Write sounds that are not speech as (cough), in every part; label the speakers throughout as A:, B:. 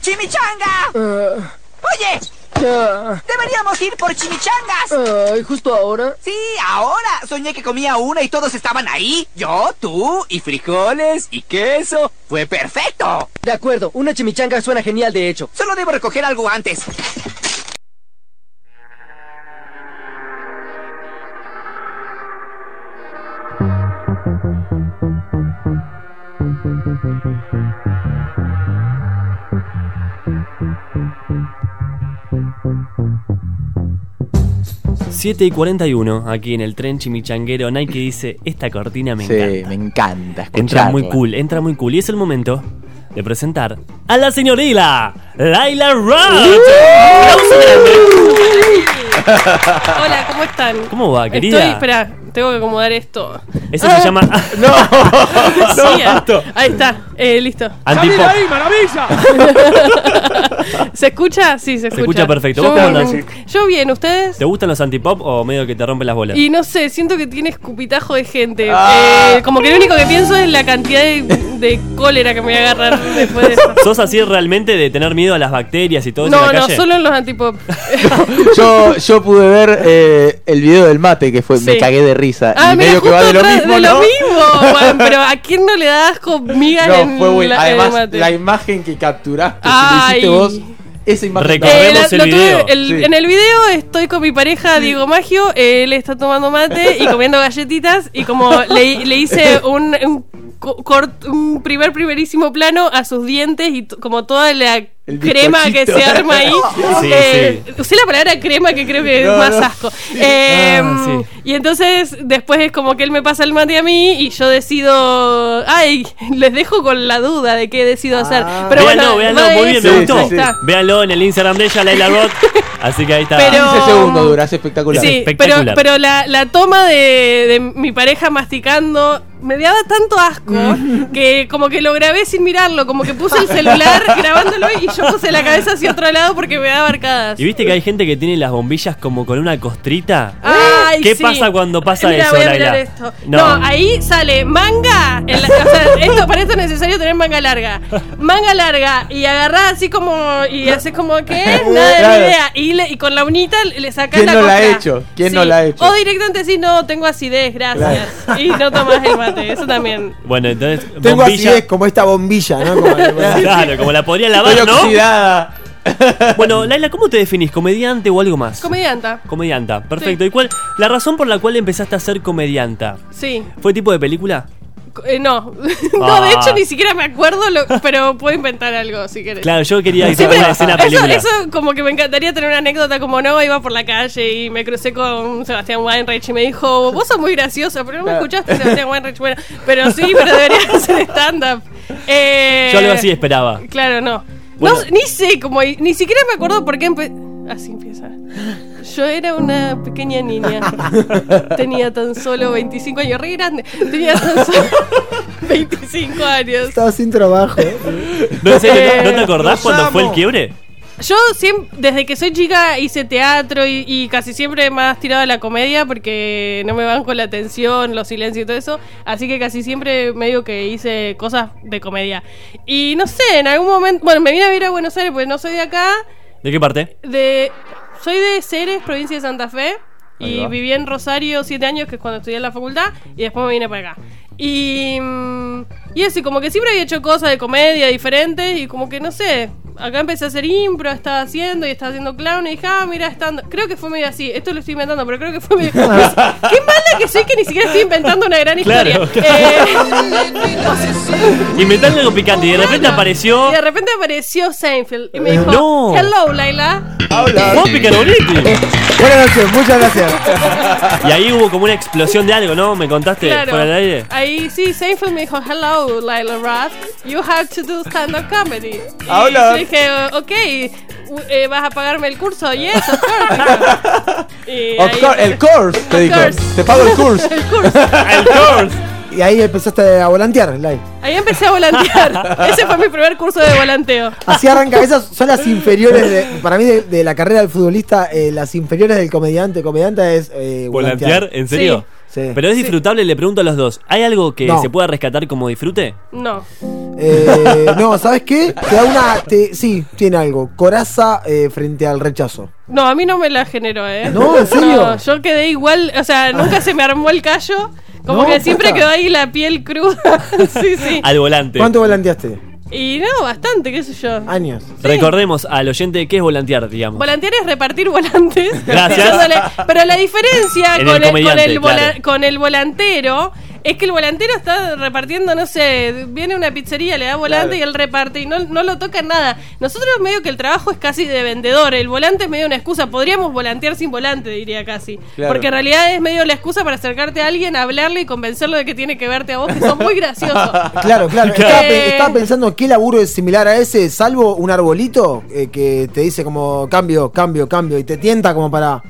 A: ¡Chimichanga!
B: Ah,
A: ¡Oye!
B: ya.
A: ¡Deberíamos ir por chimichangas!
B: Ay, justo ahora.
A: Sí, ahora. Soñé que comía una y todos estaban ahí. Yo, tú, y frijoles, y queso. ¡Fue perfecto!
B: De acuerdo, una chimichanga suena genial de hecho.
A: Solo debo recoger algo antes.
C: Siete y 41, aquí en el tren chimichanguero, Nike dice, esta cortina me
D: sí,
C: encanta.
D: me encanta escucharla.
C: Entra muy cool, entra muy cool. Y es el momento de presentar a la señorita Laila Roth.
E: Hola, ¿cómo están?
C: ¿Cómo va, querida?
E: Estoy, espera, tengo que acomodar
D: (laughs)
E: esto.
C: Eso
D: Ah,
C: se llama (laughs)
E: Sí, ah, ahí está, eh, listo.
C: antipop.
E: ¿Se escucha? Sí, se escucha.
C: escucha perfecto.
E: Yo,
C: ¿Vos cómo andás?
E: yo bien, ¿ustedes?
C: ¿Te gustan los antipop o medio que te rompen las bolas?
E: Y no sé, siento que tiene escupitajo de gente.
D: Ah.
E: Eh, como que lo único que pienso es la cantidad de, de cólera que me voy a agarrar después de
D: (laughs)
E: eso.
C: ¿Sos así realmente de tener miedo a las bacterias y todo eso
E: No,
C: en la
E: no,
C: calle?
E: solo en los
D: (laughs)
E: antipop.
D: Yo, yo pude ver eh, el video del mate que fue. Me
E: Sí.
D: cagué de risa.
E: Ah,
D: y
E: mira,
D: medio que
E: justo
D: va de lo
E: atrás-
D: mismo,
E: de
D: ¿no?
E: lo mismo. Bueno, pero ¿a quién no le das conmigo en
D: No, fue bueno.
E: la- en el
D: Además,
E: mate?
D: la imagen que capturaste,
E: Ay.
D: que le hiciste vos, esa imagen.
C: Recordemos
E: Eh, la-
C: el
E: lo tuve-
C: video.
E: el-
D: Sí.
E: En el video estoy con mi pareja Diego Magio, él está tomando mate y comiendo galletitas y
C: (laughs)
E: como le, le hice un, un co- cort- un primer primerísimo plano a sus dientes y t- como toda la
D: El
E: crema que
D: bizcochito.
E: se arma
D: (laughs)
E: ahí.
C: Sí,
E: Eh, Usé la palabra crema que creo que
D: No,
E: es más
D: no.
E: asco. Eh,
C: Ah, sí.
E: Y entonces después es como que él me pasa el mate a mí y yo decido, ay, les dejo con la duda de qué decido hacer. Pero
C: Ah. véanlo,
E: bueno,
C: véanlo,
E: va
C: muy bien, me
E: eso,
C: gustó.
E: ahí
D: sí, sí.
E: está.
C: Véanlo en el Instagram de ella, Laila Roth. Así que ahí está.
E: Pero-
D: 15 Ah, segundos dura, es espectacular.
E: Sí, pero,
C: Espectacular.
E: pero la, la toma de, de mi pareja masticando me daba tanto asco que como que lo grabé sin mirarlo, como que puse el celular grabándolo y yo puse la cabeza hacia otro lado porque me daba arcadas.
C: Y viste que hay gente que tiene las bombillas como con una costrita.
E: Ay,
C: ¿Qué
E: sí.
C: pasa cuando pasa
E: Mira,
C: eso,
E: voy a mirar
C: Laila?
E: esto.
C: No.
E: No. ahí sale manga. en la- o
C: (laughs)
E: sea, esto, para esto es necesario tener manga larga. Manga larga y agarrás así como. Y haces como
C: (laughs)
E: que. Nada de
D: Claro.
E: ni idea. Y, le- y con la unita le sacás
D: ¿Quién
E: la
D: no la ha
E: costra.
D: hecho? ¿Quién no la ha hecho?
E: O directamente así, no, tengo acidez, gracias. Y no tomás
D: (laughs)
E: el mate. Eso también.
C: Bueno, entonces,
F: Tengo
C: bombilla.
F: acidez como esta bombilla, ¿no? Como-
C: (laughs) Claro, como la podría
D: Estoy
C: lavar, ¿no?
D: oxidada.
C: Bueno, Laila, ¿cómo te definís? ¿Comediante o algo más?
E: Comedianta.
C: Comedianta, perfecto.
E: Sí.
C: ¿Y cuál? La razón por la cual empezaste a ser comedianta.
E: Sí.
C: ¿Fue tipo de película?
E: Co- eh, no. (laughs)
C: Ah.
E: no, de hecho ni siquiera me acuerdo, lo- pero puedo inventar algo si querés.
C: Claro, yo quería
E: Sí,
C: decir
E: pero
C: una escena de
E: (laughs) eso,
C: película.
E: eso como que me encantaría tener una anécdota como no, iba por la calle y me crucé con Sebastián Weinreich y me dijo, vos sos muy gracioso, pero no me escuchaste Sebastián Weinreich, bueno, pero sí, pero deberías (laughs) hacer stand-up. Eh,
C: Yo algo así esperaba.
E: Claro, no.
C: Bueno.
E: No, ni sé, como, ni siquiera me acuerdo por qué empe- Así empieza. Yo era una pequeña
C: (laughs)
E: niña. Tenía tan solo 25 años, re grande. Tenía tan solo (laughs) 25 años.
F: Estaba sin trabajo. ¿eh?
D: (laughs)
C: No, en serio, ¿no- ¿no te acordás
F: Los
C: cuando fue el
F: amo.
C: quiebre?
E: Yo siempre, desde que soy chica hice teatro y, y casi siempre más tirado a la comedia porque no me van con la atención, los silencios y todo eso. Así que casi siempre medio que hice cosas de comedia. Y no sé, en algún momento, bueno, me vine a vivir a Buenos Aires porque no soy de acá.
C: ¿De qué parte?
E: De, soy de Ceres, provincia de Santa Fe.
C: Ahí
E: Y
C: va.
E: viví en Rosario siete años, que es cuando estudié en la facultad, y después me vine para acá. Y, mm, y eso, y como que siempre había hecho cosas de comedia diferentes, y como que no sé, acá empecé a hacer impro, estaba haciendo, y estaba haciendo clown, y dije, ah, mira, estando. Creo que fue medio así, esto lo estoy inventando, pero creo que
C: (laughs)
E: fue medio. Qué mala que soy que ni siquiera estoy inventando una gran historia.
C: (laughs) Claro.
E: Eh, o sea,
C: Inventando algo picante y de repente
E: Claro.
C: apareció. Eh,
E: Y de repente apareció Seinfeld y me dijo,
C: No.
E: hello, Laila.
C: ¡Vos, Picaronetti!
F: Buenas noches, muchas gracias.
C: Y ahí hubo como una explosión de algo, ¿no? ¿Me contaste
E: Claro.
C: fuera del aire?
E: Ahí sí, Seinfeld me dijo, hello, Lila Rath, you have to do stand-up comedy. Y
D: Hola.
E: yo dije, ok, u- eh, ¿vas a pagarme el curso? Yes, of course.
F: (laughs)
E: Y
D: Of
E: ahí-
D: course, el course, te
E: Of
D: dijo.
E: course.
D: Te pago el curso.
E: (laughs) el curso.
C: ¡Al course!
F: Y ahí empezaste a volantear, Lai.
E: Ahí empecé a
F: (laughs)
E: volantear. Ese fue mi primer curso de volanteo.
F: Así arranca, esas son las inferiores, de- para mí, de, de la carrera del futbolista, eh, las inferiores del comediante. Comediante es... eh,
C: ¿Volantear? ¿En serio?
F: Sí.
C: Pero es disfrutable, le pregunto a los dos. ¿Hay algo que
F: No.
C: se pueda rescatar como disfrute?
E: No.
F: Eh, no, ¿sabes qué? Te da una. te- sí, tiene algo. Coraza eh, frente al rechazo.
E: No, a mí no me la generó, ¿eh?
F: No, ¿en serio?
E: No, yo quedé igual, o sea, nunca se me armó el callo. Como
F: No,
E: que siempre
F: posta.
E: quedó ahí la piel cruda. (laughs) sí, sí.
C: Al volante.
F: ¿Cuánto volanteaste?
E: Y no, bastante, qué sé yo.
F: Años.
C: Recordemos al oyente qué es volantear, digamos.
E: Volantear es repartir
C: (laughs)
E: volantes.
C: Gracias.
E: Echándole- Pero la
C: (laughs)
E: diferencia
C: En
E: con
C: el
E: el, con,
C: comediante,
E: el vola-
C: claro.
E: con el volantero es que el volantero está repartiendo, no sé, viene una pizzería, le da volante y él reparte y no, no lo toca nada. Nosotros medio que el trabajo es casi de vendedor, el volante es medio una excusa, podríamos volantear sin volante, diría casi.
D: Claro.
E: Porque en realidad es medio la excusa para acercarte a alguien, hablarle y convencerlo de que tiene que verte a vos,
C: (laughs)
E: que son muy graciosos. (laughs)
F: Claro, claro. Estaba,
E: Claro.
F: pe- estaba pensando qué laburo es similar a ese, salvo un arbolito eh, que te dice como cambio, cambio, cambio y te tienta como para.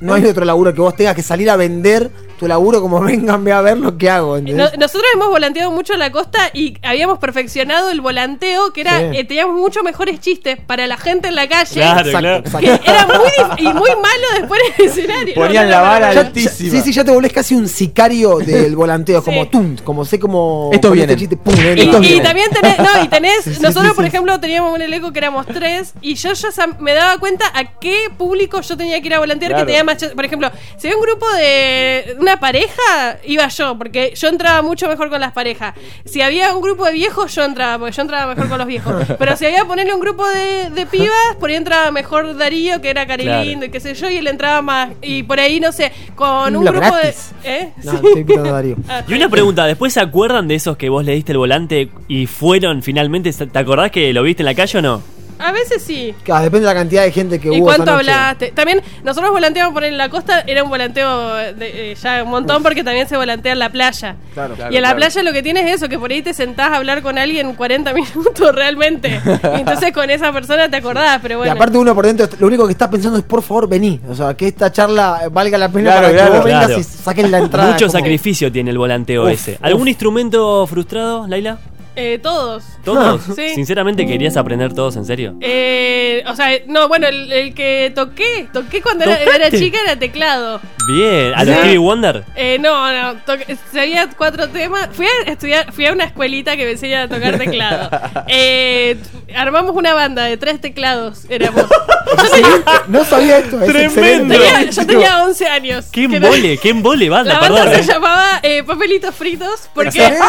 F: No hay otro laburo que vos tengas que salir a vender tu laburo como (laughs) vengan ve a ver lo que hago.
D: Eh,
E: No-
F: ¿entendés?
E: nosotros hemos volanteado mucho en la costa y habíamos perfeccionado el volanteo, que era,
F: Sí.
E: eh, teníamos mucho mejores chistes para la gente en la calle.
C: Claro,
F: Exacto,
C: claro.
F: exacto.
C: (laughs)
E: Que era muy dif- y muy malo después del escenario.
D: Ponían la vara
E: no, no, no.
D: altísima.
F: Sí, sí, ya te volvés casi un sicario del volanteo,
E: Sí.
F: como tum, como sé como.
D: Estos
F: con este
D: vienen.
F: chiste, pum,
E: Y,
F: estos
E: y
F: vienen.
E: también tenés, no, y tenés
F: (laughs) Sí, sí,
E: nosotros
F: sí,
E: por
F: sí.
E: ejemplo teníamos un elenco que éramos tres y yo ya sa- me daba cuenta a qué público yo tenía que ir a volantear que tenía más ch- por ejemplo si había un grupo de una pareja iba yo porque yo entraba mucho mejor con las parejas si había un grupo de viejos yo entraba porque yo entraba mejor con los
F: (laughs)
E: viejos pero si había ponerle un grupo de, de pibas por ahí entraba mejor Darío que era cari
C: Claro.
E: lindo y qué sé yo y él entraba más y por ahí no sé con un
F: Mm, Lo
E: grupo
F: gratis.
E: de ¿eh?
F: No, estoy invitando a Darío.
C: Y una pregunta, ¿después se acuerdan de esos que vos le diste el volante y fueron finalmente? ¿Te acordás que lo viste en la calle o no?
E: a veces sí
F: Claro, Ah, depende de la cantidad de gente que hubo.
E: ¿Y cuánto
F: esa noche.
E: hablaste? También nosotros volanteamos por en la costa, era un volanteo de, eh, ya un montón porque también se volantea en la playa.
F: Claro.
E: y en la playa lo que tienes es eso, que por ahí te sentás a hablar con alguien 40 (laughs) minutos realmente. Y entonces con esa persona te acordás, pero bueno.
F: Y aparte uno por dentro, lo único que está pensando es, por favor, vení. O sea, que esta charla valga la pena
D: Claro,
F: para
D: claro.
F: que vos vengas
C: Claro.
F: y saquen la entrada.
C: Mucho
F: como-
C: sacrificio tiene el volanteo
F: Uf,
C: ese. ¿Algún instrumento frustrado, Laila?
E: Eh, todos.
F: (laughs)
C: ¿Todos?
E: Sí.
C: Sinceramente, ¿querías aprender todos en serio?
E: Eh, o sea, no, bueno, el, el que toqué, toqué cuando era,
C: ¿Tocaste?
E: era chica era teclado.
C: Bien, ¿a los
E: Sí.
C: Stevie Wonder?
E: Eh, no, no, toqué- sabía cuatro temas. Fui a estudiar, fui a una escuelita que me enseña a tocar teclado. Eh, armamos una banda de tres teclados, éramos. Yo tenía,
F: No sabía esto. es
C: Tremendo.
E: tenía-
F: excelente.
E: yo tenía 11 años.
C: ¡Qué
E: que no-
C: embole! ¡Qué embole banda!
E: La banda
C: Perdón.
E: se llamaba eh, Papelitos Fritos porque...
F: Excelente,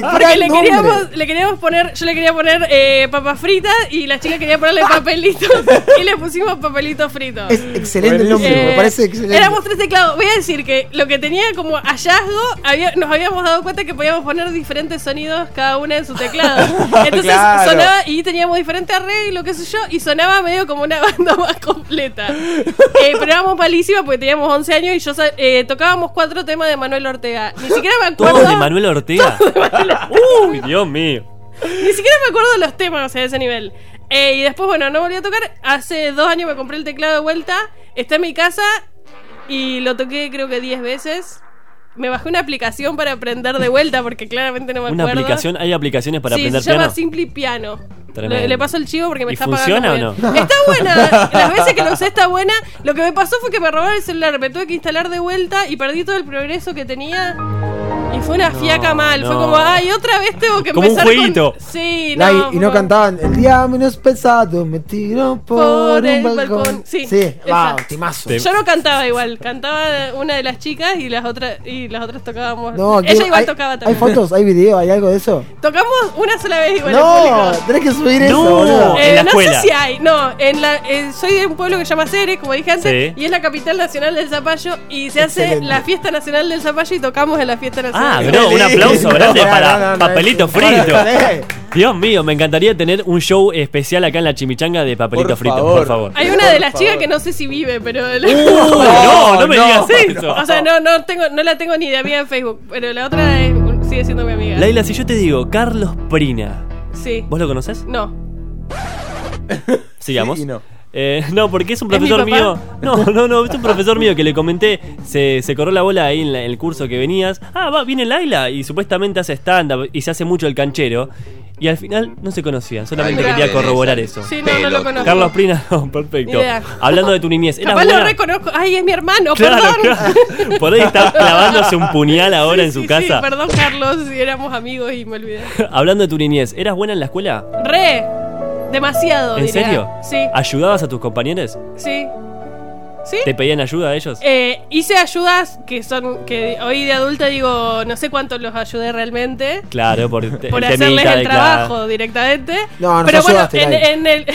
E: Porque
F: gran
E: le
F: nombre.
E: queríamos, le queríamos poner, yo le quería poner eh, papas fritas y la chica quería ponerle papelitos y le pusimos papelitos fritos.
F: Es excelente el nombre,
E: Eh,
F: me parece excelente.
E: Éramos tres teclados. Voy a decir que lo que tenía como hallazgo, había- nos habíamos dado cuenta que podíamos poner diferentes sonidos cada una en su
F: (laughs)
E: teclado. Entonces
D: Claro.
E: sonaba y teníamos diferente arreglo, qué sé yo, y sonaba medio como una (laughs) banda más completa. Eh, pero éramos malísimas porque teníamos 11 años y yo sa- eh, tocábamos cuatro temas de Manuel Ortega. Ni siquiera me acuerdo.
C: ¿Todos de Manuel Ortega? (laughs) ¡Uy, Dios mío!
E: Ni siquiera me acuerdo los temas, o sea, de ese nivel. Eh, y después, bueno, no volví a tocar. Hace dos años me compré el teclado de vuelta. Está en mi casa y lo toqué creo que 10 veces. Me bajé una aplicación para aprender de vuelta porque claramente no me acuerdo.
C: ¿Una aplicación? ¿Hay aplicaciones para
E: sí,
C: aprender
E: se llama
C: piano?
E: Simply Piano.
C: Tremendo.
E: Le, le paso el chivo porque me
C: ¿Y
E: está
C: funciona
E: pagando.
C: o
E: muy bien. Está
C: (laughs)
E: buena. Las veces que lo usé está buena. Lo que me pasó fue que me robaron el celular. Me tuve que instalar de vuelta y perdí todo el progreso que tenía. Y fue una fiaca mal. Fue
C: no.
E: como, ay, otra vez tengo que
C: Como un
E: empezar. con-".
C: jueguito.
E: Sí, no.
F: Lai, y no
E: fue-
F: cantaban El día menos pesado me tiro por,
E: Por
F: un
E: el
F: balcón.
E: balcón. Sí,
F: wow,
E: esa.
F: timazo.
C: Te-
E: Yo no cantaba igual, cantaba una de las chicas y las otras y las otras tocábamos.
F: No, aquí
E: Ella igual
F: hay,
E: tocaba
F: ¿Hay
E: también.
F: fotos? ¿Hay video? ¿Hay algo de eso?
E: Tocamos una sola vez igual
F: No,
E: en público.
F: tenés que subir eso,
C: No.
F: boludo.
C: en la
E: Eh, no
C: escuela.
E: sé si hay, no, en la, eh, soy de un pueblo que se llama Ceres, como dije antes,
C: Sí.
E: y es la capital nacional del zapallo y se hace
F: Excelente.
E: la fiesta nacional del zapallo y tocamos en la fiesta
C: Ah,
E: nacional.
C: bro, un aplauso
F: No,
C: grande
F: no, no,
C: para
F: no, no,
C: Papelito
F: no,
C: Frito.
F: no, no, no.
C: Dios mío, me encantaría tener un show especial acá en la chimichanga de Papelito
D: Por
C: Frito,
D: favor.
C: por favor.
E: hay una de las chicas que no sé si vive, pero
C: Uy, no, no me
D: no,
C: digas eso.
E: (laughs) o sea, no, no tengo, no la tengo ni de amiga en Facebook, pero la otra es- sigue siendo mi amiga.
C: Laila, si yo te digo Carlos Prina,
E: Sí.
C: ¿vos lo conoces?
E: No.
C: Sigamos.
D: Sí y no.
C: Eh, no, porque es un
E: ¿Es mi
C: profesor mío. (laughs)
E: papá?
C: No, no, no, es un profesor mío que le comenté. Se, se corrió la bola ahí en, la- en el curso que venías. Ah, va, viene Laila y supuestamente hace stand-up y se hace mucho el canchero. Y al final no se conocían, solamente
E: Ay,
C: quería
E: mira.
C: corroborar eso.
E: Sí, no, no lo
A: Pelo.
E: conozco.
C: Carlos Prina, (laughs) no, perfecto.
E: Ni idea.
C: Hablando de tu niñez, ¿eras
E: Capaz lo
C: buena?
E: reconozco. Ay, es mi hermano,
C: Claro,
E: perdón.
C: claro. Por ahí está clavándose un puñal ahora
E: Sí,
C: en su
E: sí,
C: casa.
E: Sí, perdón, Carlos, si éramos amigos y me olvidé.
C: Hablando de tu niñez, ¿eras buena en la escuela?
E: Re, demasiado.
C: ¿En
E: diría.
C: serio? Ah.
E: Sí,
C: ¿Ayudabas a tus compañeros?
E: sí. ¿Sí?
C: ¿Te pedían ayuda a ellos?
E: Eh, hice ayudas que son que hoy de adulta digo no sé cuántos los ayudé realmente
C: Claro,
E: (laughs)
C: por, el
E: por
C: temita
E: hacerles
C: Eh, de claro.
E: el trabajo directamente
F: No, nos
E: pero bueno
F: ayudaste,
E: en,
F: Gaby.
E: en el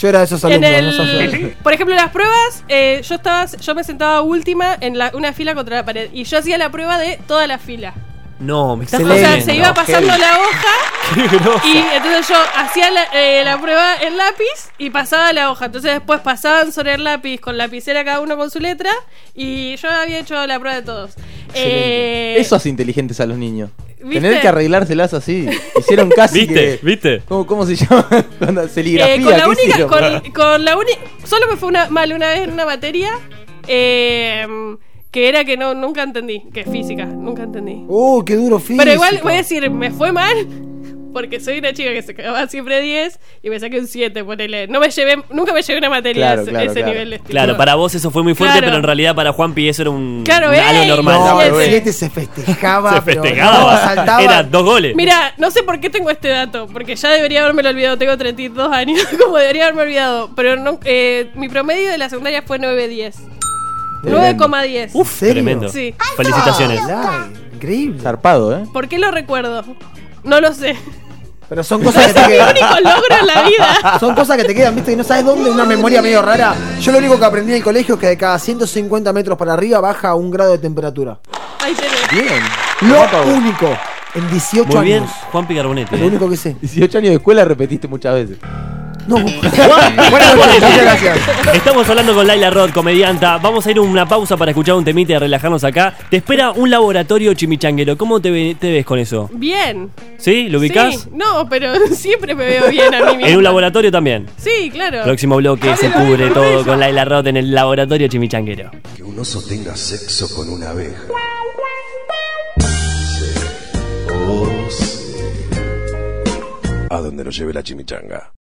F: Yo era de esos
E: (laughs) en
F: alumnos.
E: el-
F: no sabía.
E: (laughs) por ejemplo las pruebas eh, yo estaba yo me sentaba última en la- una fila contra la pared y yo hacía la prueba de toda la fila
C: No, me estás
E: o
F: Excelente.
E: sea
C: jodiendo.
E: se
C: (laughs)
E: iba pasando
A: heavy.
E: la hoja
C: Qué groso.
E: (laughs)
D: (laughs)
E: y entonces yo hacía la, eh, la prueba en lápiz y pasaba la hoja. Entonces después pasaban sobre el lápiz con lapicera cada uno con su letra y yo había hecho la prueba de todos. (laughs) Eh,
D: Eso hace inteligentes a los niños.
E: ¿viste?
D: Tener que arreglárselas así. Hicieron casi
C: ¿Viste?
D: que-
C: ¿Viste?
D: ¿Cómo, cómo se (laughs) llama? Cuando- Celigrafía.
E: Eh, con la
D: ¿qué
E: única,
D: hicieron?
E: con, con la única, solo me fue una, mal una vez en una materia eh, que era que no nunca entendí, que es física, nunca entendí.
F: Uh, qué duro físico.
E: Pero igual voy a decir, me fue mal porque soy una chica que se quedaba siempre 10 y me saqué un 7, ponele. No me llevé, nunca me llevé una materia
D: Claro,
E: a ese,
D: claro,
E: ese
D: claro.
E: nivel de estilo.
C: Claro, para vos eso fue muy fuerte,
E: Claro.
C: pero en realidad para Juanpi eso era un,
E: Claro,
C: un halo
E: ey.
C: normal.
F: No,
E: Mal,
F: el
E: siete.
F: 7 se
C: (laughs)
F: festejaba.
C: Se
F: pero
C: festejaba.
F: no, saltaba.
C: Era dos (laughs) goles.
E: Mira, no sé por qué tengo este dato, porque ya debería haberme olvidado, tengo 32 años, (laughs) como debería haberme olvidado, pero no, eh, mi promedio de la secundaria fue 9.10.
D: Tremendo.
E: 9,10.
C: Uf,
F: ¿En serio?
C: tremendo.
E: Sí.
C: Felicitaciones.
F: Ay, Increíble.
D: Zarpado, ¿eh?
E: ¿Por qué lo recuerdo? No lo sé. (laughs)
F: Pero son
E: No
F: cosas
C: (laughs)
F: que
E: es
F: te
E: mi
F: quedan.
E: único logro en la vida.
F: Son cosas que te quedan, ¿viste? Y no sabes dónde, una memoria medio rara. Yo lo único que aprendí en el colegio es que de cada 150 metros para arriba baja un grado de temperatura.
E: Ahí tenés.
D: Bien.
F: Lo
D: Guapo.
F: único, en 18
C: Muy bien,
F: años.
C: Juanpi Carbonetti.
F: Lo
C: ¿eh?
F: único
C: (laughs)
F: que sé.
D: 18 años de escuela repetiste muchas veces.
C: (laughs)
F: No. Buenas noches, muchas gracias.
C: Estamos hablando con Laila Rod, comedianta. Vamos a ir a una pausa para escuchar un temite y relajarnos acá. Te espera un laboratorio chimichanguero. ¿Cómo te, ve- te ves con eso?
E: Bien.
C: ¿Sí? ¿Lo ubicás?
E: Sí, no, pero (laughs) siempre me veo bien a mí
C: (laughs)
E: mismo.
C: En un laboratorio también.
E: Sí, claro.
C: Próximo bloque se cubre todo con Laila Rod en el laboratorio chimichanguero.
G: Que un oso tenga sexo con una abeja. Sí. Oh, sí. A donde nos lleve la chimichanga.